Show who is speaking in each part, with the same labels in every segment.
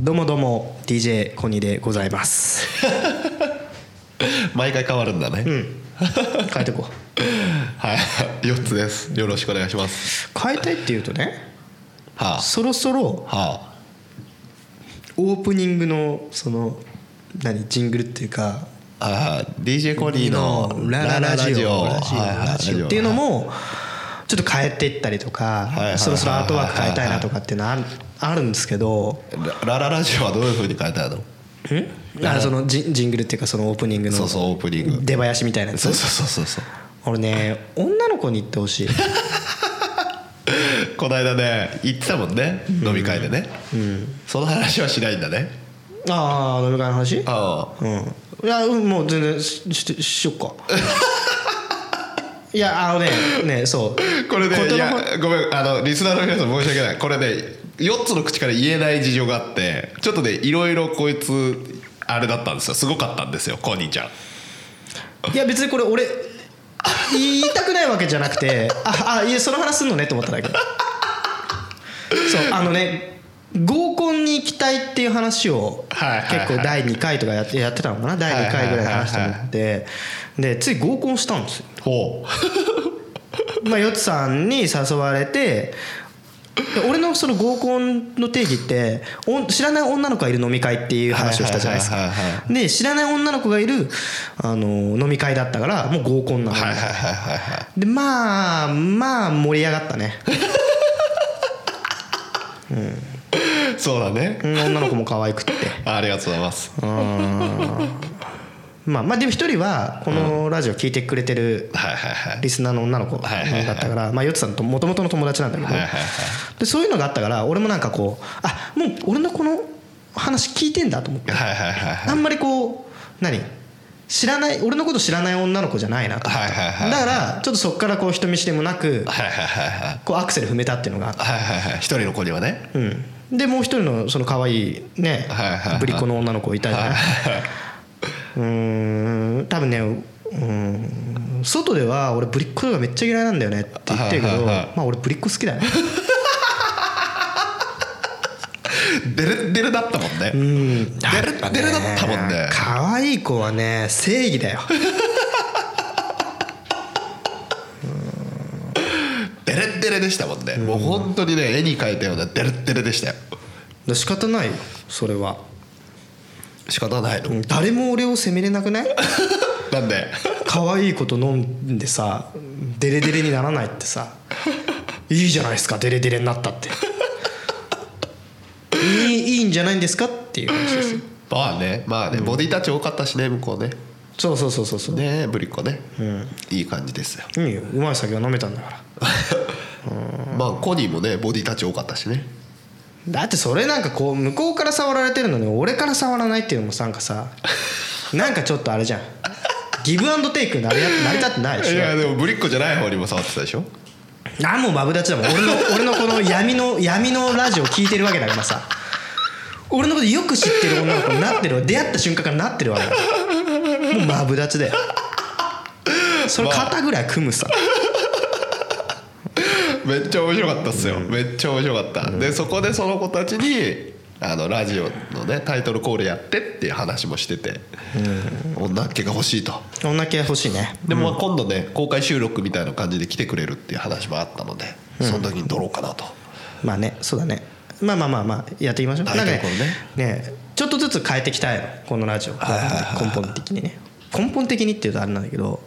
Speaker 1: どうもどうも DJ コニーでございます
Speaker 2: 毎回変わるんだね、
Speaker 1: うん変えてこ う
Speaker 2: はい4つですよろしくお願いします
Speaker 1: 変えたいっていうとね
Speaker 2: は
Speaker 1: そろそろ
Speaker 2: あは
Speaker 1: オープニングのその何ジングルっていうか
Speaker 2: ああー DJ コニーの
Speaker 1: ラララジオ
Speaker 2: ラ
Speaker 1: ラジオ
Speaker 2: はいはい
Speaker 1: ラジオっていうのもちょっと変えていったりと
Speaker 2: はいはいは
Speaker 1: か
Speaker 2: い
Speaker 1: そろそろアートワーク変えたいなとかっていうのはあるあるんですけど
Speaker 2: ララララジオはどういうふうに変えたの
Speaker 1: あそのジンジングルっていうかそのオープニングの
Speaker 2: そうそうオープニング
Speaker 1: 出囃子みたいなやつ
Speaker 2: そうそうそうそうそう
Speaker 1: 俺ね女の子に言って ほしい
Speaker 2: この間ね行ってたもんね飲み会でね、その話はしないんだね
Speaker 1: ああ飲み会の話
Speaker 2: ああ
Speaker 1: うんいやうんもう全然しししよ っかいやあのねねそう
Speaker 2: これね
Speaker 1: 言
Speaker 2: い
Speaker 1: 葉
Speaker 2: やごめんあのリスナーの皆さん申し訳ないこれね4つの口から言えない事情があってちょっとねいろいろこいつあれだったんですよすごかったんですよコニーちゃん
Speaker 1: いや別にこれ俺言いたくないわけじゃなくてああいやその話すんのねと思っただけそうあのね合コンに行きたいっていう話を
Speaker 2: はいはいはい
Speaker 1: 結構第2回とかやってやってたのかな第2回ぐらいの話と思ってでつい合コンしたんですよ、
Speaker 2: ほ
Speaker 1: まあ、ヨッツさんに誘われてで俺のその合コンの定義っておん知らない女の子がいる飲み会っていう話をしたじゃないです
Speaker 2: はいはいはいは
Speaker 1: かで知らない女の子がいるあの飲み会だったからもう合コンなの
Speaker 2: はいはいはいはいはい
Speaker 1: でまあまあ盛り上がったね
Speaker 2: そうだね、
Speaker 1: うん女の子も可愛くって
Speaker 2: ありがとうございます
Speaker 1: まあまあでも一人はこのラジオ聞いてくれてる
Speaker 2: はいはいはい
Speaker 1: リスナーの女の子だ
Speaker 2: はいはいはい
Speaker 1: ったからまあヨッツさんともともとの友達なんだけど
Speaker 2: はいはいはい
Speaker 1: でそういうのがあったから俺もなんかこうあもう俺のこの話聞いてんだと思って
Speaker 2: はいはいはい
Speaker 1: あんまりこう何知らない俺のこと知らない女の子じゃないなとだか
Speaker 2: はいはいはいはいはい
Speaker 1: らちょっとそこからこう人見知りもなく
Speaker 2: はいはい
Speaker 1: こうアクセル踏めたっていうのがあって
Speaker 2: はいはい一人の子にはね
Speaker 1: うん、でもう一人のその可愛いね、
Speaker 2: はいはいはい
Speaker 1: ぶりっ子の女の子いたじゃない、うーん多分ねうーん外では俺ぶりっ子がめっちゃ嫌いなんだよねって言ってるけど、
Speaker 2: はいはいはい
Speaker 1: まあ俺ぶりっ子好き だね
Speaker 2: デレデレだったもんね
Speaker 1: うん
Speaker 2: デレデレだったもんね
Speaker 1: 可愛い子はね正義だよ
Speaker 2: デレデレでしたもんねもう本当にね絵に描いたようなデレデレでしたよ
Speaker 1: 仕方ないよそれは
Speaker 2: 仕方ないの
Speaker 1: 誰も俺を責めれなくない
Speaker 2: なんで
Speaker 1: 可愛い子と飲んでさデレデレにならないってさいいじゃないですかデレデレになったっていいいいんじゃないんですかっていう話ですよ
Speaker 2: まあねまあねボディタッチ多かったしね向こうね
Speaker 1: そうそうそうそうそう、
Speaker 2: ねえぶりっ子ねいい感じですよ
Speaker 1: いいようまい酒が飲めたんだから
Speaker 2: まあコニーもねボディタッチ多かったしね
Speaker 1: だってそれなんかこう向こうから触られてるのに俺から触らないっていうのもなんかさなんかちょっとあれじゃんギブアンドテイクになり成り立ってないでし
Speaker 2: い
Speaker 1: ょ
Speaker 2: やでもぶりっ子じゃない方にも触ってたでしょ
Speaker 1: 何もマブダチだもん俺 の俺のこの闇の闇のラジオ聞いてるわけだからさ俺のことよく知ってる女の子になってるわ出会った瞬間からなってるわけだからもうマブダチだよそれ肩ぐらい組むさ、
Speaker 2: めっちゃ面白かったっすよ、めっちゃ面白かった、でそこでその子たちにあのラジオのねタイトルコールやってっていう話もしてて、女っ気が欲しいと
Speaker 1: 女系欲しいね
Speaker 2: でもまあ今度ね公開収録みたいな感じで来てくれるっていう話もあったので、その時に撮ろうかなと、
Speaker 1: まあねそうだねまあまあまあまあやっていきましょう
Speaker 2: はい
Speaker 1: なんか
Speaker 2: というこ
Speaker 1: ねねちょっとずつ変えていきたいのこのラジオ根本的にね根本的にっていうとあれなんだけど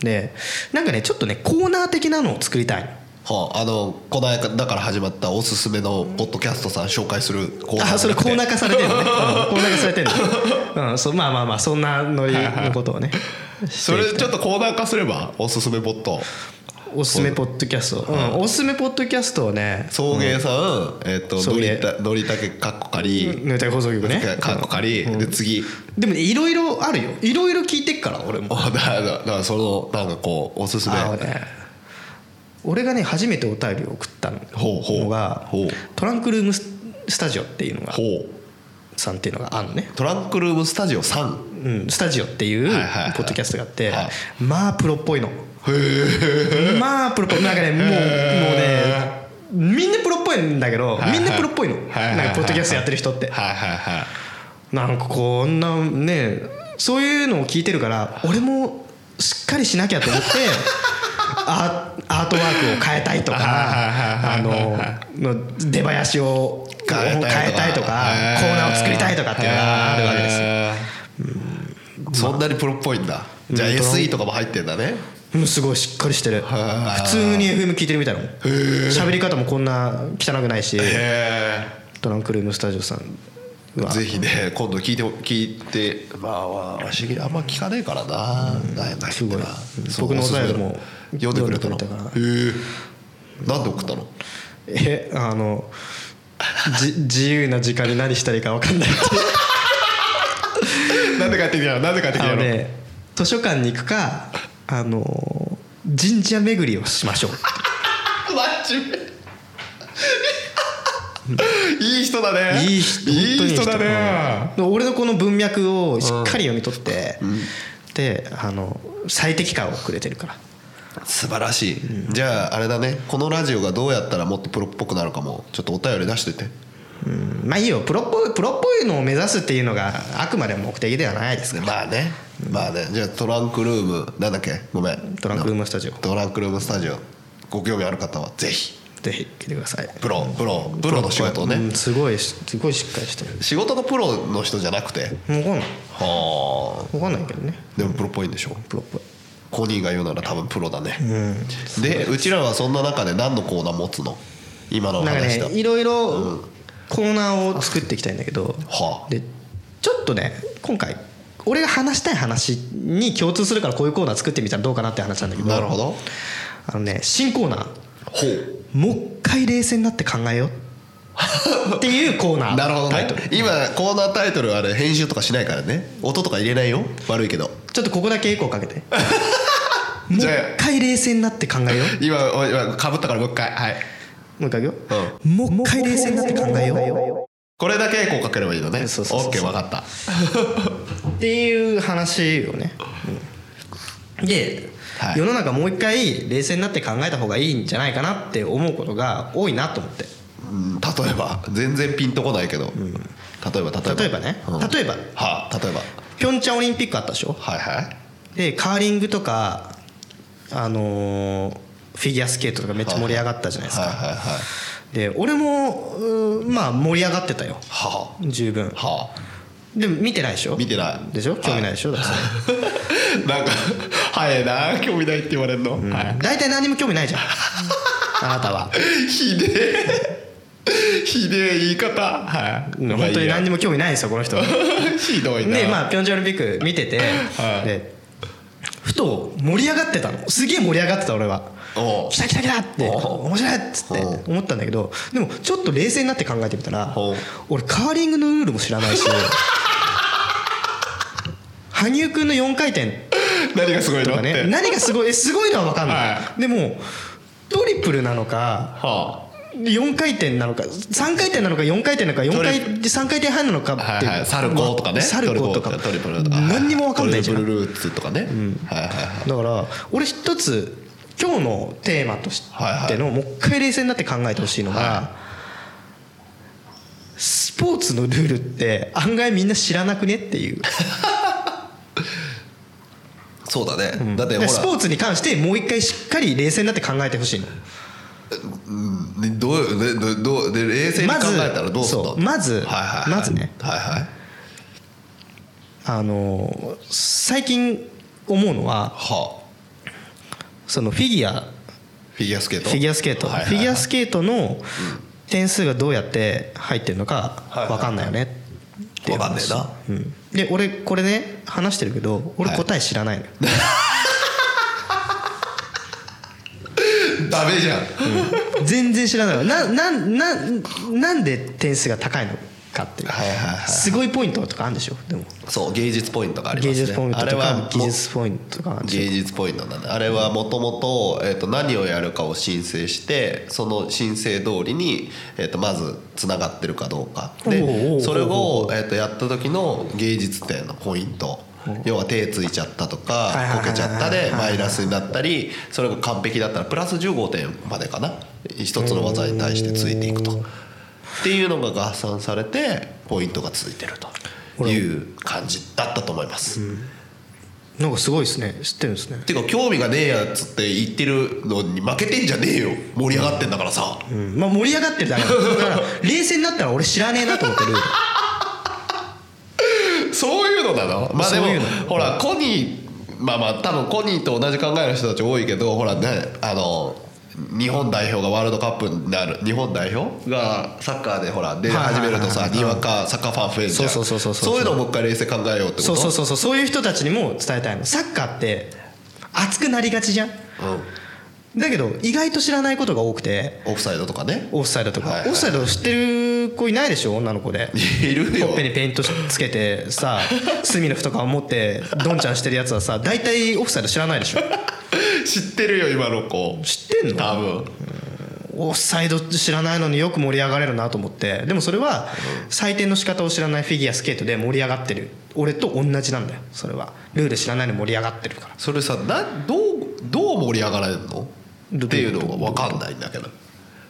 Speaker 1: でなんかねちょっとねコーナー的なのを作りたいの
Speaker 2: はあ、あのこの間だから始まったおすすめのポッドキャストさん紹介するコーナー
Speaker 1: あそれコーナ
Speaker 2: ー
Speaker 1: ー化され てるね、うん、コーナー化されてる、うん、そうまあまあまあそんなノリのことをね
Speaker 2: それちょっとコーナー化すればおすすめポッド
Speaker 1: おすすめポッドキャスト、うん、おすすめポッドキャストをね
Speaker 2: 送迎さん、えっ、と
Speaker 1: 送
Speaker 2: の
Speaker 1: 迎
Speaker 2: りたのりたけかっこかり、
Speaker 1: ヌータイ放送局ね
Speaker 2: かっこかり、で次
Speaker 1: でもねいろいろあるよいろいろ聞いてっから俺も
Speaker 2: あだだだからそのなんかこうおすすめ
Speaker 1: あのね俺がね初めてお便りを送ったの
Speaker 2: ほうほう
Speaker 1: が
Speaker 2: ほう
Speaker 1: トランクルームススタジオっていうのが
Speaker 2: ほう
Speaker 1: さんっていうのがあるのね、
Speaker 2: トランクルームスタジオ3
Speaker 1: うん、スタジオっていう
Speaker 2: はいはいはい
Speaker 1: ポッドキャストがあって、
Speaker 2: はい
Speaker 1: まあプロっぽいのまあプロっぽいなんかねもうもうねみんなプロっぽいんだけど
Speaker 2: はいはい
Speaker 1: みんなプロっぽいの
Speaker 2: はいはいはい
Speaker 1: なんかポッドキャストやってる人って
Speaker 2: はいはいはい
Speaker 1: なんかこんなねそういうのを聞いてるから俺もしっかりしなきゃ と思ってアーアートワークを変えたいとか
Speaker 2: はいはい
Speaker 1: あ
Speaker 2: はいはい
Speaker 1: の
Speaker 2: はい
Speaker 1: の出囃子を
Speaker 2: 変えたいとか
Speaker 1: 変えたいとか
Speaker 2: へー
Speaker 1: コーナーを作りたいとかっていうのがあるわけですよ
Speaker 2: へーそんなにプロっぽいんだじゃあ
Speaker 1: うん
Speaker 2: SE とかも入ってんだね
Speaker 1: うんすごいしっかりしてる普
Speaker 2: ー
Speaker 1: 通に FM 聞いてるみたいなもん喋り方もこんな汚くないし
Speaker 2: へえ
Speaker 1: トランクルームスタジオさんは
Speaker 2: ぜひね今度聞いて聞いてまあまあわしあんま聞かねえからな、なない
Speaker 1: すごい
Speaker 2: な
Speaker 1: うん
Speaker 2: そう
Speaker 1: 僕のお便りも
Speaker 2: おすすめだ読んでくれた
Speaker 1: 読ん
Speaker 2: の
Speaker 1: で
Speaker 2: へえなんで送ったの
Speaker 1: えあのじ自由な時間に何したらいいか分かんないっていう
Speaker 2: なんで帰ってきたのなんで帰ってき
Speaker 1: あ
Speaker 2: た
Speaker 1: の
Speaker 2: の
Speaker 1: ね図書館に行くかあの神社巡りをしましょう
Speaker 2: 真面目いい人だね
Speaker 1: いい人
Speaker 2: いい人
Speaker 1: 本
Speaker 2: だ
Speaker 1: 当にいい
Speaker 2: ね
Speaker 1: 人うん俺のこの文脈をしっかり読み取って、であの最適化をくれてるから
Speaker 2: 素晴らしい、じゃああれだねこのラジオがどうやったらもっとプロっぽくなるかもちょっとお便り出してて
Speaker 1: うんまあいいよプロっぽいプロっぽいのを目指すっていうのがあくまで目的ではないですから
Speaker 2: まあねまあねじゃあトランクルームなんだっけごめん
Speaker 1: トランクルームスタジオ
Speaker 2: トランクルームスタジオご興味ある方はぜひ
Speaker 1: ぜひ来てください
Speaker 2: プロプロプロの仕事を
Speaker 1: う
Speaker 2: ね
Speaker 1: んすごいしすごいしっかりしてる
Speaker 2: 仕事のプロの人じゃなくて
Speaker 1: 分かんない
Speaker 2: はあ
Speaker 1: 分かんないけどね
Speaker 2: でもプロっぽいんでしょ
Speaker 1: プロっぽい
Speaker 2: コニーが言うなら多分プロだね、
Speaker 1: うん
Speaker 2: でうちらはそんな中で何のコーナー持つの今のお
Speaker 1: なんか
Speaker 2: 話だ、
Speaker 1: ねいろいろコーナーを作っていきたいんだけど
Speaker 2: はあ
Speaker 1: でちょっとね今回俺が話したい話に共通するからこういうコーナー作ってみたらどうかなって話なんだけど
Speaker 2: なるほど
Speaker 1: あのね新コーナー
Speaker 2: ほう
Speaker 1: もう一回冷静になって考えようっていうコーナ ー
Speaker 2: なるほど
Speaker 1: タ
Speaker 2: ね
Speaker 1: イトル
Speaker 2: 今コーナータイトルあれ編集とかしないからね音とか入れないよ悪いけど
Speaker 1: ちょっとここだけエコーか けてもう
Speaker 2: じゃあ
Speaker 1: 一回冷静になって考えよう
Speaker 2: 今お今かぶったからもう一回はい、
Speaker 1: もう一回いくよ
Speaker 2: うん、
Speaker 1: もう一回冷静になって考えよう
Speaker 2: これだけこうかければいいのね
Speaker 1: そうそうそうそう
Speaker 2: OK 分かった
Speaker 1: っていう話をね、うんで、
Speaker 2: はい
Speaker 1: 世の中もう一回冷静になって考えた方がいいんじゃないかなって思うことが多いなと思って
Speaker 2: うん例えば全然ピンとこないけど、例えば例えば
Speaker 1: 例えばね
Speaker 2: うん
Speaker 1: 例えば
Speaker 2: はあ例えば
Speaker 1: ピョンチャンオリンピックあったでしょ
Speaker 2: はいはい
Speaker 1: でカーリングとかあのーフィギュアスケートとかめっちゃ盛り上がったじゃないですか、
Speaker 2: はいはいはい
Speaker 1: で俺もうーまあ盛り上がってたよ
Speaker 2: は
Speaker 1: 十分
Speaker 2: あはあ
Speaker 1: でも見てないでしょ
Speaker 2: 見てない
Speaker 1: でしょ興味ないでしょ、だってさ
Speaker 2: なんか早いな興味ないって言われるの、はい
Speaker 1: 大体何にも興味ないじゃんあなたは
Speaker 2: ひでえ ひでえ言い方はい
Speaker 1: 本当に何に
Speaker 2: も
Speaker 1: も興味ないんですよこの人は
Speaker 2: ひどいな
Speaker 1: でまあピョンチャンオリンピック見てて、
Speaker 2: はい
Speaker 1: でふと盛り上がってたのすげえ盛り上がってた俺は
Speaker 2: おう
Speaker 1: 来た来た来たって
Speaker 2: おう
Speaker 1: 面白いっつって
Speaker 2: おう
Speaker 1: 思ったんだけどでもちょっと冷静になって考えてみたら
Speaker 2: おう
Speaker 1: 俺カーリングのルールも知ら ないし羽生くんの4回転
Speaker 2: 何がすごい
Speaker 1: と
Speaker 2: のっ
Speaker 1: か
Speaker 2: て、
Speaker 1: ね何がすごいえすごいのは分かんない、
Speaker 2: は
Speaker 1: でもトリプルなのか
Speaker 2: は
Speaker 1: 4回転なのか3回転なのか4回転なのか4回3回転半なのか
Speaker 2: あ、
Speaker 1: って、
Speaker 2: はいはい、サルコーとかね
Speaker 1: サルコーとか
Speaker 2: トリプルとか
Speaker 1: 何にも分かんないじゃん
Speaker 2: トリプルルーツとかね、はいはいはい
Speaker 1: だから俺一つ今日のテーマとし
Speaker 2: はいはい
Speaker 1: てのもう一回冷静になって考えてほしいのが、
Speaker 2: は
Speaker 1: スポーツのルールって案外みんな知らなくねっ ていう
Speaker 2: そうだね、だってほ
Speaker 1: で
Speaker 2: ら
Speaker 1: スポーツに関してもう一回しっかり冷静になって考えてほしいの
Speaker 2: でどうでどどうで冷静に考
Speaker 1: まず
Speaker 2: えたらどうするの
Speaker 1: そうまず
Speaker 2: はいはいはい、
Speaker 1: まずね
Speaker 2: はいはい
Speaker 1: あの最近思うのは
Speaker 2: はあ
Speaker 1: そのフィギュア
Speaker 2: フィギュアスケート
Speaker 1: フィギュアスケート、
Speaker 2: はいはいはい
Speaker 1: フィギュアスケートの点数がどうやって入ってるのか
Speaker 2: はいはい
Speaker 1: 分かんないよねっていう
Speaker 2: わかんね
Speaker 1: 話
Speaker 2: えな
Speaker 1: うんで俺これね話してるけど俺
Speaker 2: はい
Speaker 1: 答え知らないのよ、
Speaker 2: ダメじゃん、
Speaker 1: 全然知らないのななななんで点数が高いのかっていう、
Speaker 2: はいはいはい
Speaker 1: すごいポイントとかあるんでしょでも
Speaker 2: そう芸術ポイントがありますね
Speaker 1: 芸術ポイント
Speaker 2: あ
Speaker 1: と
Speaker 2: れは
Speaker 1: か技術ポイントとかあるんでしょ
Speaker 2: 芸術ポイントなんだあれはもともとえーと何をやるかを申請してその申請通りにえーとまずつながってるかどうか
Speaker 1: おうおうおうお
Speaker 2: で
Speaker 1: う
Speaker 2: それをえーとやった時の芸術点のポイント要は手ついちゃったと
Speaker 1: いはいはい
Speaker 2: か
Speaker 1: はい
Speaker 2: こけちゃったでマイナスになったりそれが完璧だったらプラス15点までかな一つの技に対してついていくとっていうのが合算されてポイントがついてるという感じだったと思います。
Speaker 1: なんかすごいですね知ってるんですね
Speaker 2: ていうか興味がねえやつって言ってるのに負けてんじゃねえよ盛り上がってんだからさ、
Speaker 1: うんまあ盛り上がってるだけなんですだから冷静になったら俺知らねえなと思ってる
Speaker 2: そういうのなのまあでも
Speaker 1: そういうの
Speaker 2: ほらコニーまあまあ多分コニーと同じ考えの人たち多いけどほらねあの日本代表がワールドカップになる日本代表がサッカーでほら出
Speaker 1: はいはい
Speaker 2: 始
Speaker 1: はい
Speaker 2: め
Speaker 1: はい
Speaker 2: るとさにわかサッカーファン増えるじゃん
Speaker 1: そうそうそうそうそう
Speaker 2: そういうのをもう一回冷静に考えようってこと
Speaker 1: そうそうそうそうそういう人たちにも伝えたいのサッカーって熱くなりがちじゃんだけど意外と知らないことが多くて
Speaker 2: うん、オフサイドとかね
Speaker 1: オフサイドとか、
Speaker 2: はいはい
Speaker 1: オフサイド知ってる子いないでしょ女の子で
Speaker 2: いるよ
Speaker 1: ほっぺにペイントつけ てさ隅のフとかを持ってドンちゃんしてるやつはさ大体オフサイド知らないでしょ
Speaker 2: 知ってるよ今の子
Speaker 1: 知ってんの
Speaker 2: 多分
Speaker 1: オフサイド知らないのによく盛り上がれるなと思ってでもそれは採点の仕方を知らないフィギュアスケートで盛り上がってる俺と同じなんだよそれはルール知らないのに盛り上がってるから
Speaker 2: それさなどうどう盛り上がれるの
Speaker 1: ど
Speaker 2: っていうのが分かんないんだけど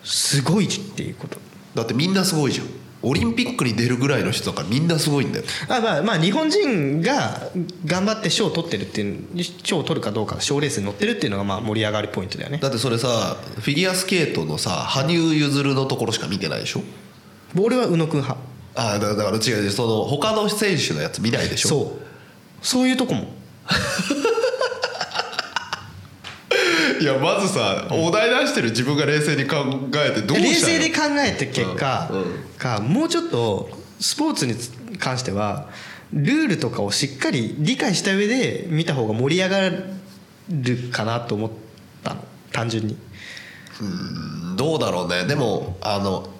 Speaker 1: すごいっていうこと
Speaker 2: だってみんなすごいじゃんオリンピックに出るぐらいの人だからみんなすごいんだよ
Speaker 1: あまあまあ日本人が頑張って賞を取ってるっていう賞を取るかどうか賞レースに乗ってるっていうのがまあ盛り上がるポイントだよね
Speaker 2: だってそれさフィギュアスケートのさ羽生結弦のところしか見てないでしょ
Speaker 1: 俺は宇野くん派
Speaker 2: ああだだから違う違うその他の選手のやつ見ないでしょ
Speaker 1: そうそういうとこも
Speaker 2: いやまずさお題出してる自分が冷静に考えてどうしたの
Speaker 1: 冷静で考えて結果
Speaker 2: うんうん
Speaker 1: がもうちょっとスポーツに関してはルールとかをしっかり理解した上で見た方が盛り上がるかなと思ったの単純に
Speaker 2: どうだろうねでもあの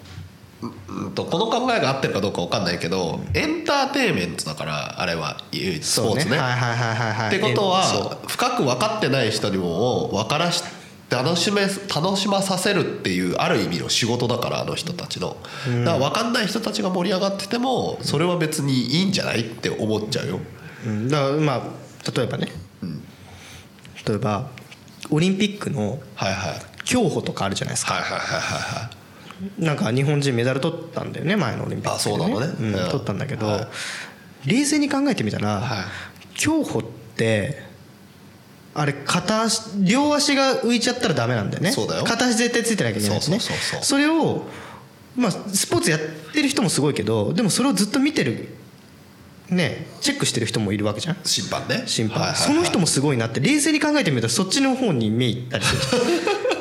Speaker 2: ううんとこの考えが合ってるかどうか分かんないけどエンターテインメントだからあれはスポーツ
Speaker 1: そう
Speaker 2: ね
Speaker 1: はいはいはいはいはい
Speaker 2: ってこと
Speaker 1: そう
Speaker 2: は深く分かってない人にも分からし楽しめ楽しまさせるっていうある意味の仕事だからあの人たちのだから分かんない人たちが盛り上がっててもそれは別にいいんじゃないって思っちゃうよ
Speaker 1: うんだからまあ例えばね例えばオリンピックの
Speaker 2: はいはい
Speaker 1: 競歩とかあるじゃないですか
Speaker 2: はいはいはいはいはい
Speaker 1: なんか日本人メダル取ったんだよね前のオリンピックで、
Speaker 2: あそうなのね
Speaker 1: ん
Speaker 2: うん
Speaker 1: 取ったんだけど、
Speaker 2: は
Speaker 1: 冷静に考えてみたら、
Speaker 2: はい
Speaker 1: 競歩ってあれ片足両足が浮いちゃったらダメなんだよね
Speaker 2: そうだよ
Speaker 1: 片足絶対ついてなきゃいけないですね
Speaker 2: そうそうそうそう
Speaker 1: れをまあスポーツやってる人もすごいけどでもそれをずっと見てるねチェックしてる人もいるわけじゃん
Speaker 2: 審判ね
Speaker 1: 審判、
Speaker 2: はいはいはい
Speaker 1: その人もすごいなって冷静に考えてみるとそっちの方に目いったり する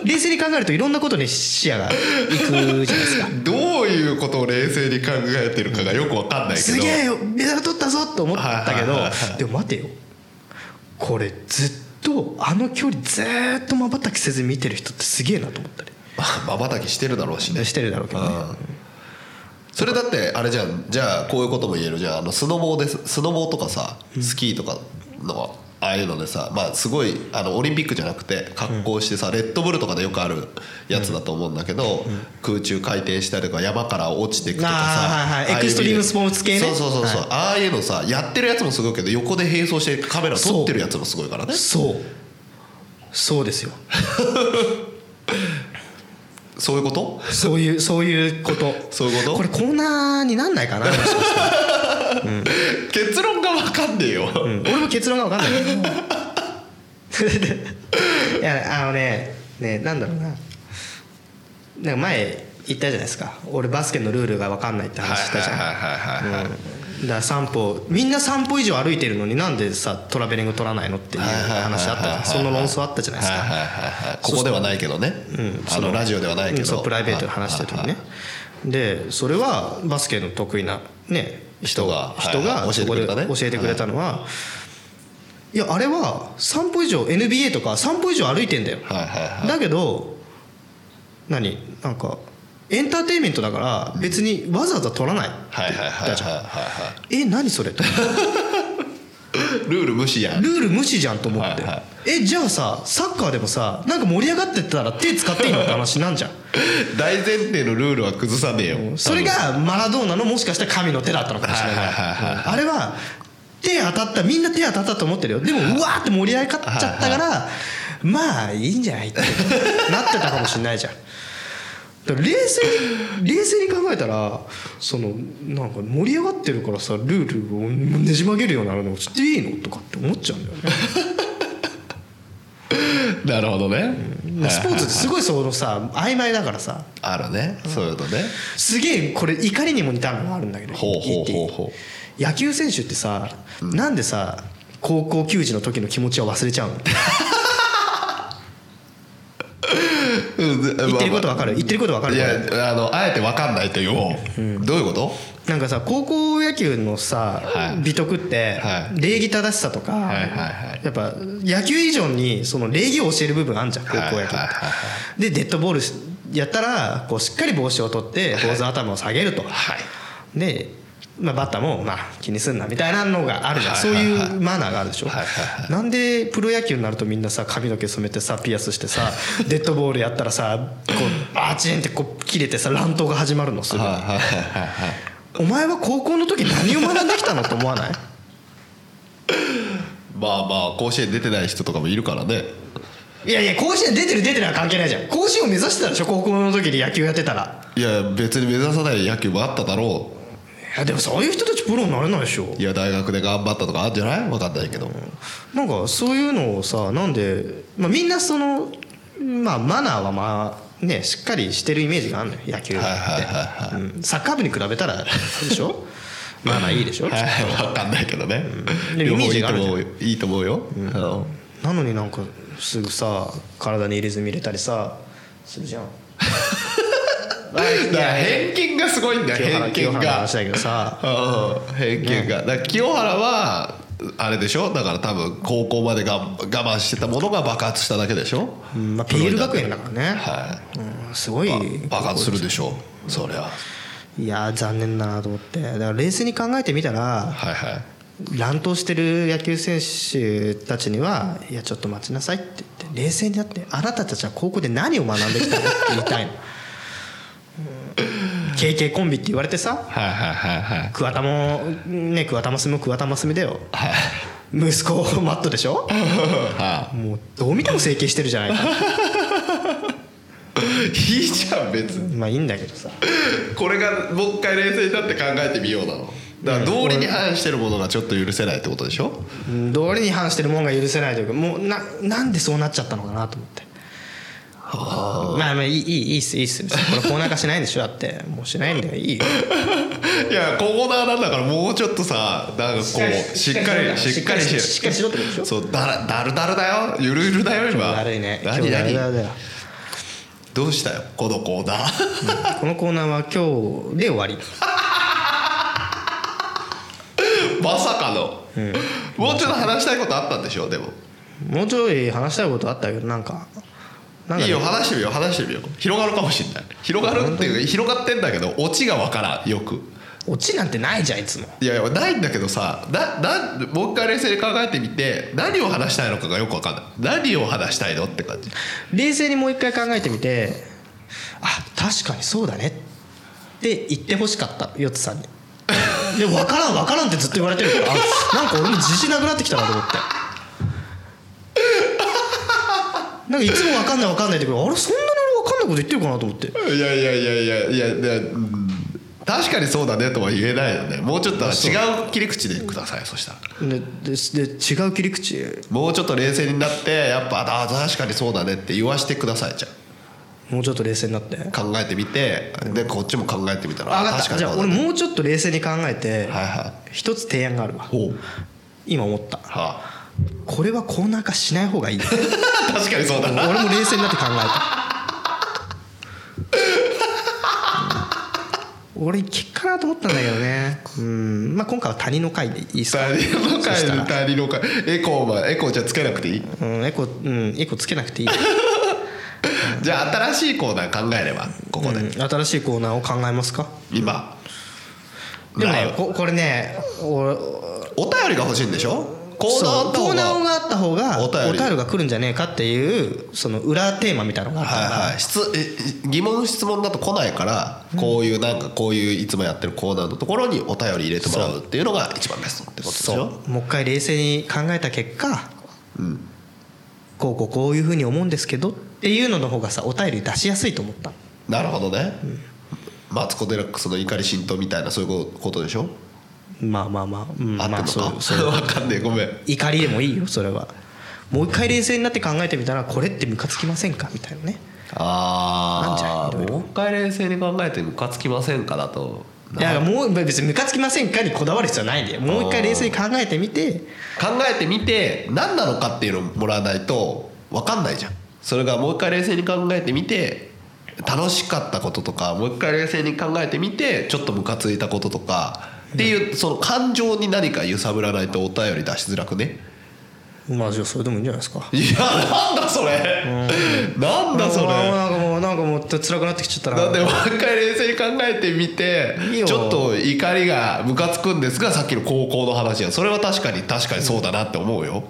Speaker 1: 冷静に考えるといろんなことに視野がいくじゃないで すか
Speaker 2: どういうことを冷静に考えてるかがよく分かんないけど
Speaker 1: すげえよメダル取ったぞと思ったけど
Speaker 2: はいはいはいはい
Speaker 1: でも待てよこれずっとあの距離ずーっとまばたきせず見てる人ってすげえなと思ったり
Speaker 2: まばたきしてるだろうしね
Speaker 1: してるだろうけどね
Speaker 2: うんそれだってあれじゃんじゃあこういうことも言えるじゃんあのスノボーですスノボーとかさスキーとかのああいうのでさまあすごいあのオリンピックじゃなくて格好してさレッドブルとかでよくあるやつだと思うんだけど空中回転したりとか山から落ちていくとかさ
Speaker 1: あーはいはい
Speaker 2: ああう
Speaker 1: エクストリームスポーツ系ね
Speaker 2: そうそうそうそう
Speaker 1: は
Speaker 2: ああいうのさやってるやつもすごいけど横で並走してカメラ撮ってるやつもすごいからね
Speaker 1: そうそうですよ
Speaker 2: そういうこと
Speaker 1: そういうそういうこと
Speaker 2: そういうこと
Speaker 1: これコーナーになんないかな
Speaker 2: 結論が分かんねえよ
Speaker 1: うん俺も結論が分かんない いやあのねねなんだろうななんか前言ったじゃないですか俺バスケのルールが分かんないって話したじゃん
Speaker 2: いはいはいはい
Speaker 1: だから散歩みんな散歩以上歩いてるのになんでさトラベリング取らないのっていう話あったじゃんその論争あったじゃないです
Speaker 2: はい
Speaker 1: か
Speaker 2: はいはいはいここではないけどね、あのラジオではないけ
Speaker 1: うん
Speaker 2: ど、
Speaker 1: そうプライベートで話してる時にねでそれはバスケの得意なね
Speaker 2: 人が
Speaker 1: 人
Speaker 2: はい
Speaker 1: が
Speaker 2: はい教え
Speaker 1: そ
Speaker 2: て
Speaker 1: こ
Speaker 2: く
Speaker 1: で
Speaker 2: れたね
Speaker 1: 教えてくれたのは、いやあれは散歩以上 NBA とか散歩以上歩いてんだよ、
Speaker 2: はいはいはい
Speaker 1: だけど何なんかエンターテインメントだから別にわざわざ取らないって
Speaker 2: はいはいはいはい
Speaker 1: 言ったじゃん
Speaker 2: は
Speaker 1: え何それと
Speaker 2: いはいルール無視やん
Speaker 1: ルール無視じゃんと思って、
Speaker 2: はいは
Speaker 1: えじゃあさサッカーでもさなんか盛り上がってたら手使っていいのって話なんじゃん
Speaker 2: 大前提のルールは崩さねえよ
Speaker 1: それがマラドーナのもしかしたら神の手だったのかもしれない,、
Speaker 2: はいはいはいは
Speaker 1: あれは手当たったみんな手当たったと思ってるよでもうわーって盛り上がっちゃったからまあいいんじゃないってなってたかもしれないじゃんだから冷静に冷静に考えたらそのなんか盛り上がってるからさルールをねじ曲げるようなのしていいのとかって思っちゃうんだよね
Speaker 2: なるほどね、
Speaker 1: まあスポーツってすごいそのさ曖昧だからさ
Speaker 2: あるね、そういうのね
Speaker 1: すげえこれ怒りにも似たのがあるんだけど
Speaker 2: ほうほうほうほ
Speaker 1: 野球選手ってさ、なんでさ高校球児の時の気持ちを忘れちゃ うの
Speaker 2: う言
Speaker 1: 言ってることわかる言ってることわかる
Speaker 2: いやあのあえて分かんないという、どういうこと
Speaker 1: なんかさ高校野球のさ、
Speaker 2: はい
Speaker 1: 美徳って、
Speaker 2: はい
Speaker 1: 礼儀正しさとか、
Speaker 2: いはいはい
Speaker 1: やっぱ野球以上にその礼儀を教える部分あんじゃん高校野球って、
Speaker 2: はいはいはいは
Speaker 1: でデッドボールしやったらこうしっかり帽子を取って坊主の頭を下げると、
Speaker 2: はい
Speaker 1: で、まあ、バッターも、まあ、気にすんなみたいなのがあるじゃん、
Speaker 2: はいはいはい
Speaker 1: そういうマナーがあるでしょ、
Speaker 2: はいはい
Speaker 1: なんでプロ野球になるとみんなさ髪の毛染めてさピアスして さデッドボールやったらさこうバチンってこう切れてさ乱闘が始まるのすぐ
Speaker 2: はいはいはいはい
Speaker 1: お前は高校の時何を学んできたのと思わない
Speaker 2: まあまあ甲子園出てない人とかもいるからね
Speaker 1: いやいや甲子園出てる出てないは関係ないじゃん甲子園を目指してたでしょ高校の時に野球やってたら
Speaker 2: いや別に目指さない野球もあっただろ
Speaker 1: いやでもそういう人たちプロになれないでしょ
Speaker 2: ういや大学で頑張ったとかあるんじゃない分かんないけど、
Speaker 1: なんかそういうのをさなんで、まあ、みんなその、まあ、マナーはまあねしっかりしてるイメージがあるのよ野球って、
Speaker 2: はいはいはいは
Speaker 1: うんサッカー部に比べたらそうでしょマナーいいでしょ、
Speaker 2: はい分かんないけどね、
Speaker 1: で
Speaker 2: 両方
Speaker 1: イメージがある
Speaker 2: いい
Speaker 1: じ
Speaker 2: と
Speaker 1: ゃん
Speaker 2: 思うよいいと思うよ、あの
Speaker 1: なのになんかすぐさ体に入れ墨入れたりさするじゃ ん
Speaker 2: だから偏見がすごいんだ
Speaker 1: 清
Speaker 2: よ
Speaker 1: 原
Speaker 2: 偏
Speaker 1: 清
Speaker 2: 見
Speaker 1: 原の
Speaker 2: が
Speaker 1: 話だけどさ
Speaker 2: うん偏見がだから清原はあれでしょだから多分高校までが我慢してたものが爆発しただけでしょ、
Speaker 1: まあ、PL 学園だからね、
Speaker 2: は
Speaker 1: うん、すごい
Speaker 2: い爆発するでしょそりゃ
Speaker 1: いやー残念だなと思ってだから冷静に考えてみたら
Speaker 2: はいはい
Speaker 1: 乱闘してる野球選手たちには「いやちょっと待ちなさい」って言って冷静になって「あなたたちは高校で何を学んできたの?」って言いたいの。KK コンビって言われてさ
Speaker 2: はいはいはいはい
Speaker 1: 桑田もね桑田真澄も桑田真澄だよ息子マットでしょ
Speaker 2: は
Speaker 1: もうどう見ても整形してるじゃないか
Speaker 2: いいじゃん別に
Speaker 1: まあいいんだけどさ
Speaker 2: これがもう一回冷静になって考えてみようなのだから道理に反してるものがちょっと許せないってことでしょ
Speaker 1: うん道理に反してるもんが許せないというかもうななんでそうなっちゃったのかなと思ってまあまあいいいいいいっすいいっすこれコーナー化しないんでしょだってもうしないんだよいいよ
Speaker 2: いやコーナーなんだからもうちょっとさなんかこうしっかりしっかりし
Speaker 1: しっかりしろってことでしょ
Speaker 2: そうだらだるだるだよゆるゆるだよ今
Speaker 1: だるいね今
Speaker 2: 何
Speaker 1: 日だ
Speaker 2: 何
Speaker 1: るだるだよ
Speaker 2: どうしたよこのコー ナー
Speaker 1: このコーナーは今日で終わり
Speaker 2: まさかの、もうちょっと話したいことあったんでしょでも
Speaker 1: もうちょい話したいことあったけどなんかなんか
Speaker 2: いいよ話してみよう話してみよう広がるかもしれない広がるっていうか広がってんだけどオチがわからんよく
Speaker 1: オチなんてないじゃんいつも
Speaker 2: いやいやないんだけどさななんもう一回冷静に考えてみて何を話したいのかがよくわかんない何を話したいのって感じ
Speaker 1: 冷静にもう一回考えてみてあ確かにそうだねって言ってほしかったヨッツさんにで分からん分からんってずっと言われてるからあなんか俺も自信なくなってきたなと思ってなんかいつも分かんない分かんないって言うからあれそんなに俺分かんないこと言ってるかなと思って
Speaker 2: いやいやいやいやいやいや、うん確かにそうだねとは言えないよねもうちょっと違う切り口でくださいそしたら
Speaker 1: ででで違う切り口
Speaker 2: もうちょっと冷静になってやっぱあ確かにそうだねって言わしてくださいじゃん
Speaker 1: もうちょっと冷静になって分
Speaker 2: 考えてみてでこっちも考えてみたら
Speaker 1: かっ
Speaker 2: 確か
Speaker 1: た
Speaker 2: に
Speaker 1: じ
Speaker 2: そ
Speaker 1: ゃあ
Speaker 2: うだ
Speaker 1: 俺
Speaker 2: ね
Speaker 1: もうちょっと冷静に考えて
Speaker 2: はいはい
Speaker 1: 一つ提案があるわ
Speaker 2: ほう
Speaker 1: 今思った
Speaker 2: はあ
Speaker 1: これはコーナー化しない方がいい
Speaker 2: 確かにそうだな
Speaker 1: 俺も冷静になって考えたうん俺いけっかなと思ったんだけどねうんまあ今回は谷の回でいいっすか
Speaker 2: 他人の
Speaker 1: そしたら
Speaker 2: 会他人の会エコーはエコーじゃつけなくていい
Speaker 1: うんエコうんエコつけなくていい、
Speaker 2: じゃあ新しいコーナー考えればここで、
Speaker 1: うん新しいコーナーを考えますか
Speaker 2: 今
Speaker 1: でも
Speaker 2: ない
Speaker 1: ね
Speaker 2: わ
Speaker 1: ここれね俺
Speaker 2: お便りが欲しいんでしょコーナーあった
Speaker 1: そうコ
Speaker 2: 方
Speaker 1: ーナー
Speaker 2: が
Speaker 1: があった方が
Speaker 2: お便り
Speaker 1: お便りが来るんじゃねえかっていうその裏テーマみたいなのがあったから、
Speaker 2: はいはい、質え疑問質問だと来ないからこういうなんかこういういつもやってるコーナーのところにお便り入れてもらうっていうのが一番ベストってことですよ
Speaker 1: そうもう一回冷静に考えた結果、こうこうこういうふうに思うんですけどっていうのの方がさお便り出しやすいと思った
Speaker 2: なるほどね、マツコ・デラックスの怒り浸透みたいなそういうことでしょ、
Speaker 1: まあまあまあ、うん、
Speaker 2: あ
Speaker 1: まあ
Speaker 2: ってんのか、
Speaker 1: そう そ う
Speaker 2: 分かんねえごめん
Speaker 1: 怒りでもいいよそれはもう一回冷静になって考えてみたらこれってムカつきませんかみたいなねなんじ
Speaker 2: ああ
Speaker 1: ゃいろいろ
Speaker 2: もう一回冷静に考えてムカつきませんかだと
Speaker 1: いやもう別にムカつきませんかにこだわる必要はないんだよもう一回冷静に考えてみて
Speaker 2: 考えてみて何なのかっていうのをもらわないと分かんないじゃんそれがもう一回冷静に考えてみて楽しかったこととかもう一回冷静に考えてみてちょっとムカついたこととかっていうその感情に何か揺さぶらないとお便り出しづらくね
Speaker 1: まあじゃあそれでもいいんじゃないですか
Speaker 2: いやなんだそれなんだそれ
Speaker 1: なんかもうなんかもう辛くなってきちゃったな
Speaker 2: なんでもう一回冷静に考えてみて
Speaker 1: いいよ
Speaker 2: ちょっと怒りがムカつくんですがさっきの高校の話やそれは確かに確かにそうだなって思うよ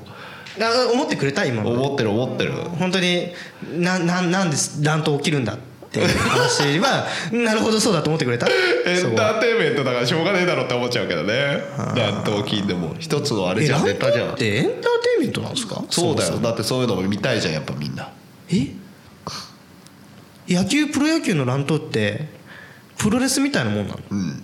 Speaker 1: あ思ってくれた今ので
Speaker 2: 思ってる思ってる
Speaker 1: 本当になななんで乱闘起きるんだっていう話はなるほどそうだと思ってくれた
Speaker 2: エ
Speaker 1: そ
Speaker 2: ン
Speaker 1: こ
Speaker 2: タ
Speaker 1: は
Speaker 2: ーテインメントだからしょうがねえだろって思っちゃうけどね乱闘金でも一つのあれ
Speaker 1: え
Speaker 2: じゃ
Speaker 1: 乱
Speaker 2: んネタじ
Speaker 1: 闘
Speaker 2: ゃん
Speaker 1: ってエンターテインメントなんですか
Speaker 2: そうだ
Speaker 1: も
Speaker 2: よ
Speaker 1: も
Speaker 2: だってそういうのも見たいじゃんやっぱみんな
Speaker 1: え野球プロ野球の乱闘ってプロレスみたいなもんなの
Speaker 2: うん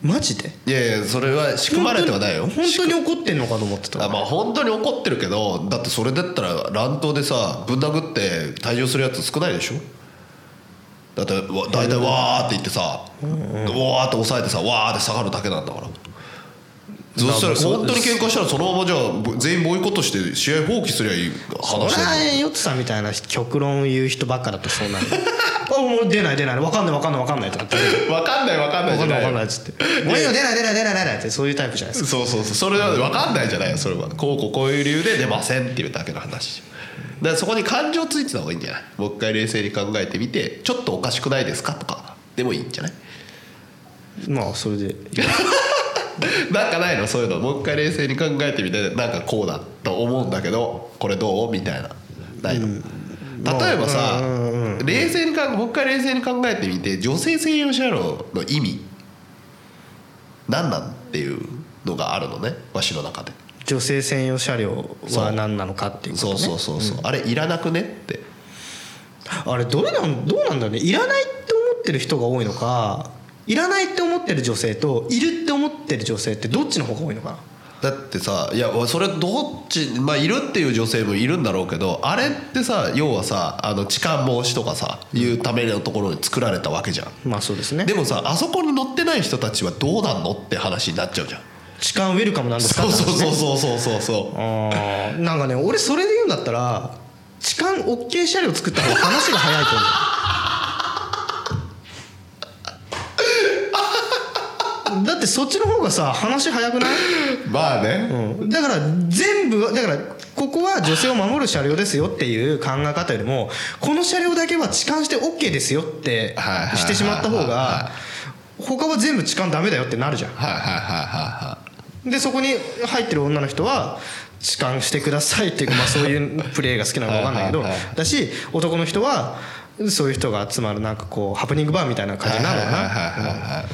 Speaker 1: マジで
Speaker 2: いやいやそれは仕組まれてはないよ
Speaker 1: 本当に本当に怒ってんのかと思ってた
Speaker 2: あまあ本当に怒ってるけどだってそれだったら乱闘でさぶん殴って退場するやつ少ないでしょだってわ大体わーって言ってさ、わーって抑えてさわーって下がるだけなんだからそしたら
Speaker 1: まあまあ
Speaker 2: 本当に喧嘩したらそのままじゃあぼ全員ボイコットして試合放棄すりゃいい
Speaker 1: そ
Speaker 2: 話
Speaker 1: り
Speaker 2: だよ
Speaker 1: ゃヨッツさんみたいな極論言う人ばっかだと そうなるあもう出ない出ない分かんない分かんない分かんないとかって
Speaker 2: 分かんない分かんない
Speaker 1: 分
Speaker 2: じ
Speaker 1: か
Speaker 2: ゃない
Speaker 1: んない分かんないっつって「もういいよ出ない出ない出ない出ない」ってそういうタイプじゃないですか
Speaker 2: そうそうそうそれは分かんないじゃないよそれはこうこうこういう理由で出ませんっていうだけの話だからそこに感情ついてた方がいいんじゃないもう一回冷静に考えてみてちょっとおかしくないですかとかでもいいんじゃない
Speaker 1: まあそれで
Speaker 2: なんかないのそういうのもう一回冷静に考えてみてなんかこうだと思うんだけどこれどうみたいなないの、例えばさ、
Speaker 1: うんうん
Speaker 2: 冷静に考えもう一回冷静に考えてみて女性専用車両の意味何なんっていうのがあるのねわしの中で。
Speaker 1: 女性専用車両は何なのかっていうこと、
Speaker 2: そ
Speaker 1: ね、
Speaker 2: うそうそうそう、あれいらなくねって
Speaker 1: あれどれなんどうなんだろうねいらないって思ってる人が多いのかいらないって思ってる女性といるって思ってる女性ってどっちの方が多いのかな
Speaker 2: だってさいやそれどっちまあいるっていう女性もいるんだろうけどあれってさ要はさあの痴漢防止とかさいうためのところに作られたわけじゃん
Speaker 1: まあそうです ね
Speaker 2: でもさあそこに乗ってない人たちはどうなんのって話になっちゃうじゃん
Speaker 1: 痴漢ウェルカムなんですか
Speaker 2: そうそう
Speaker 1: う
Speaker 2: そうそうそうそうそう
Speaker 1: あーなんかね俺それで言うんだったら痴漢 OK 車両作った方が話が早いと 思うだってそっちの方がさ話早くない
Speaker 2: まあね、
Speaker 1: だから全部だからここは女性を守る車両ですよっていう考え方よりもこの車両だけは痴漢して OK ですよって
Speaker 2: はいはいはいはい
Speaker 1: してしまった方が他は全部痴漢ダメだよってなるじゃ
Speaker 2: はいはいはいはいはい
Speaker 1: んでそこに入ってる女の人は痴漢してくださいっていうかまあそういうプレーが好きなのか分かんないけど
Speaker 2: はいはいは
Speaker 1: だし男の人はそういう人が集まるなんかこうハプニングバーみたいな感じになるのか
Speaker 2: はいはいはい
Speaker 1: な
Speaker 2: はいはい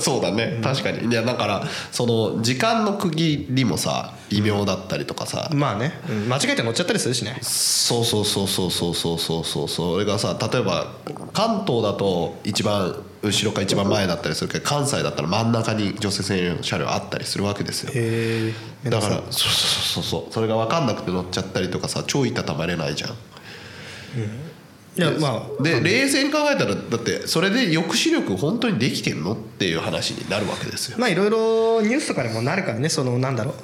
Speaker 2: そうだね、確かにいやだからその時間の区切りもさ異名だったりとかさ、
Speaker 1: まあねうん間違えて乗っちゃったりするしね
Speaker 2: そうそうそうそうそうそうそうそうそれがさ例えば関東だと一番後ろか一番前だったりするけど関西だったら真ん中に女性専用車両あったりするわけですよ
Speaker 1: へえ
Speaker 2: だからそうそうそうそうそれが分かんなくて乗っちゃったりとかさ超いたたまれないじゃん
Speaker 1: いやまあ
Speaker 2: で冷静に考えたらだってそれで抑止力本当にできてんのっていう話になるわけですよ
Speaker 1: まあいろいろニュースとかにもなるからねそのなんだろ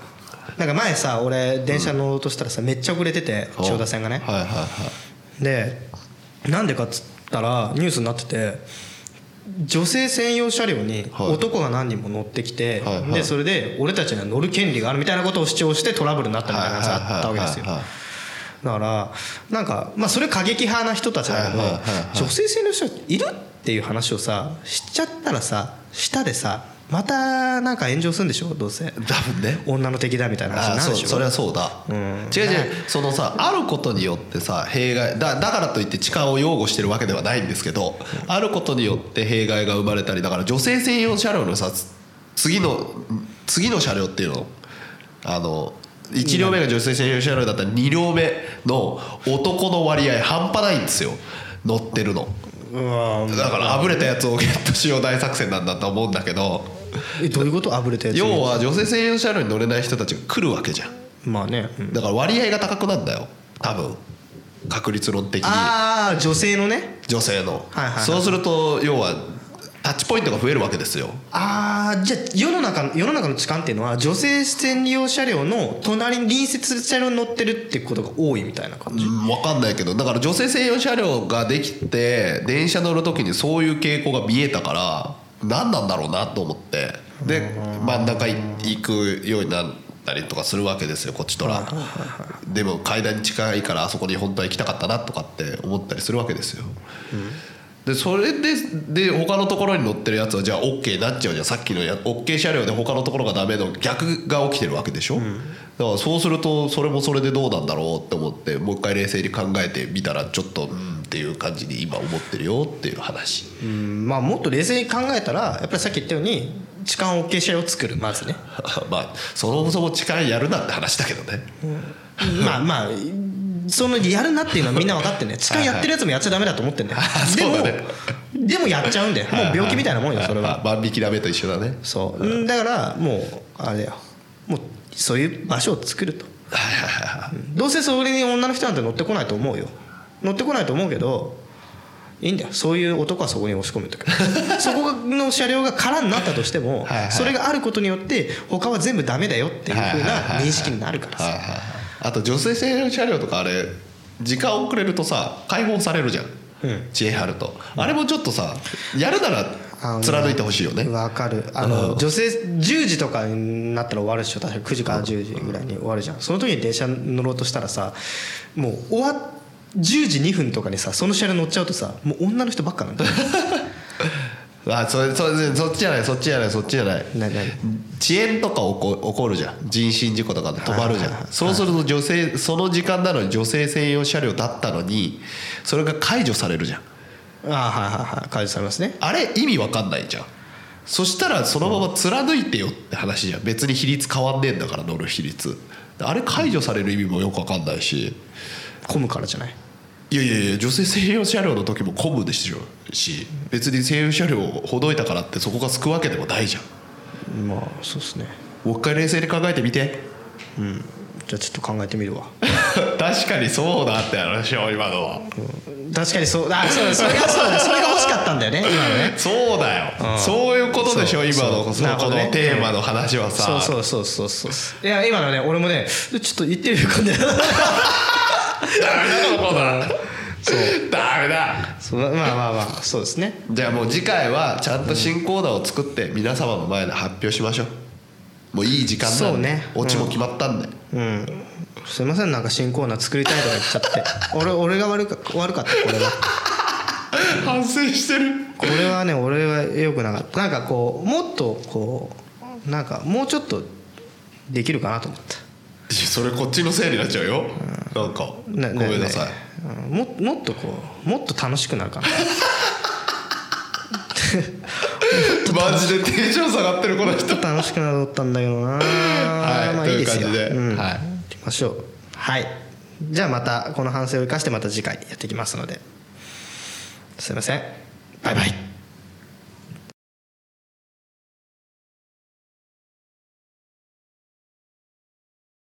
Speaker 1: うなんか前さ俺電車乗ろうとしたらさめっちゃ遅れてて千代田線がね
Speaker 2: はいはいはい
Speaker 1: でなんでかっつったらニュースになってて女性専用車両に
Speaker 2: はい
Speaker 1: 男が何人も乗ってきて
Speaker 2: はいはい
Speaker 1: でそれで俺たちには乗る権利があるみたいなことを主張してトラブルになったみたいな話があったわけですよ
Speaker 2: はいはいはいはい
Speaker 1: だからなんかまあそれ過激派な人たちだけど
Speaker 2: はいはいはいはい
Speaker 1: 女性性の人いるっていう話をさしちゃったらさ舌でさまたなんか炎上するんでしょどうせ
Speaker 2: 多分ね
Speaker 1: 女の敵だみたいな話
Speaker 2: あ
Speaker 1: になる
Speaker 2: そう
Speaker 1: でしょ
Speaker 2: それはそうだ、
Speaker 1: うん
Speaker 2: 違う違うそのさあることによってさ弊害だだからといって痴漢を擁護してるわけではないんですけど、あることによって弊害が生まれたりだから女性専用車両のさつ次の次の車両っていうのあの1両目が女性専用車両だったら2両目の男の割合半端ないんですよ乗ってるの
Speaker 1: うわ
Speaker 2: だからあぶれたやつをゲットしよう大作戦なんだと思うんだけど
Speaker 1: えどういうことあぶれたやつ
Speaker 2: 要は女性専用車両に乗れない人たちが来るわけじゃん
Speaker 1: まあね、うん
Speaker 2: だから割合が高くなんだよ多分確率論的に
Speaker 1: ああ女性のね
Speaker 2: 女性の、
Speaker 1: はいはいはい
Speaker 2: そうすると要はタッチポイントが増えるわけですよ
Speaker 1: ああじゃあ世の中の世の中の痴漢っていうのは女性専用車両の隣に隣接車両に乗ってるってことが多いみたいな感じ、
Speaker 2: 分かんないけどだから女性専用車両ができて電車乗る時にそういう傾向が見えたから何なんだろうなと思ってで真ん中い行くようになったりとかするわけですよこっちとらでも階段に近いからあそこに本当は行きたかったなとかって思ったりするわけですよでそれでで他のところに乗ってるやつはじゃあ OK になっちゃうじゃんさっきのや OK 車両で他のところがダメの逆が起きてるわけでしょ、だからそうするとそれもそれでどうなんだろうって思ってもう一回冷静に考えてみたらちょっとうんっていう感じに今思ってるよっていう話
Speaker 1: うんまあもっと冷静に考えたらやっぱりさっき言ったように痴漢 OK 車両を作るまずね
Speaker 2: まあそもそも痴漢やるなって話だけどね、
Speaker 1: まあまあそのやるなっていうのはみんな分かってんね痴漢やってるやつもやっちゃダメだと思ってんねで
Speaker 2: そうだね
Speaker 1: もでもやっちゃうんだよもう病気みたいなもんよそれは
Speaker 2: まあ万引きダメと一緒だね
Speaker 1: そううんだからもうあれだよもうそういう場所を作ると
Speaker 2: はいはいはい
Speaker 1: どうせそれに女の人なんて乗ってこないと思うよ乗ってこないと思うけどいいんだよそういう男はそこに押し込めとけ そこの車両が空になったとしても
Speaker 2: はいはい
Speaker 1: それがあることによって他は全部ダメだよっていうふうな認識になるから
Speaker 2: はいは
Speaker 1: さ
Speaker 2: いはいあと女性専用車両とかあれ時間遅れるとさ解放されるじゃん、
Speaker 1: ん
Speaker 2: 知恵張るとあれもちょっとさやるな
Speaker 1: あ
Speaker 2: ら
Speaker 1: の
Speaker 2: 貫いてほしいよね
Speaker 1: わかるあの女性10時とかになったら終わるでしょ確か9時から10時ぐらいに終わるじゃんその時に電車乗ろうとしたらさもう終わっ10時2分とかにさその車両乗っちゃうとさもう女の人ばっかなん だよ
Speaker 2: あそれそれそっちじゃないそっちじゃないそっちじゃない
Speaker 1: ななに
Speaker 2: 遅延とか起こ起こるじゃん人身事故とかで止まるじゃん、
Speaker 1: はいはいはい
Speaker 2: そうすると女性その時間なのに女性専用車両だったのにそれが解除されるじゃん
Speaker 1: ああはいはいはい解除されますね
Speaker 2: あれ意味わかんないじゃんそしたらそのまま貫いてよって話じゃん別に比率変わんねえんだから乗る比率あれ解除される意味もよくわかんないし
Speaker 1: 混むからじゃない
Speaker 2: いやいやいや女性専用車両の時も混むでしょうし別に専用車両をほどいたからってそこがすくわけでもないじゃん
Speaker 1: まあそうですね
Speaker 2: もう一回冷静に考えてみて
Speaker 1: じゃあちょっと考えてみるわ
Speaker 2: 確かにそうだって話よ今のは
Speaker 1: 確かにそうあそうだそれがそうだそれが欲しかったんだよ ね今のね
Speaker 2: そうだよ、そういうことでしょ
Speaker 1: そう
Speaker 2: 今の
Speaker 1: そう
Speaker 2: そ
Speaker 1: なる
Speaker 2: こ
Speaker 1: ほど
Speaker 2: の
Speaker 1: ね
Speaker 2: テーマの話はさ
Speaker 1: そうそうそうそうそうそういや今のね俺もねちょっと言ってるよ今度
Speaker 2: ダメだこのコーナー ダメだ
Speaker 1: そうまあまあまあそうですね
Speaker 2: じゃあもう次回はちゃんと新コーナーを作って皆様の前で発表しましょうもういい時間な
Speaker 1: そうん
Speaker 2: で、
Speaker 1: ね
Speaker 2: オチも決まったんで、
Speaker 1: うんすいませんなんか新コーナー作りたいとか言っちゃって 俺俺が悪か悪かったこれは
Speaker 2: 反省してる
Speaker 1: これはね俺は良くなかったなんかこうもっとこうなんかもうちょっとできるかなと思った
Speaker 2: それこっちのせいになっちゃうよ、なんかご
Speaker 1: ねね
Speaker 2: めんなさい、
Speaker 1: ねうんももっとこうもっと楽しくな るかな
Speaker 2: マジでテンション下がってるこの人
Speaker 1: もっと楽しくなったんだけどな、
Speaker 2: い
Speaker 1: まあいいですよ
Speaker 2: という感じで
Speaker 1: ん
Speaker 2: はい
Speaker 1: 行きましょうはいじゃあまたこの反省を生かしてまた次回やっていきますのですいませんバイバイ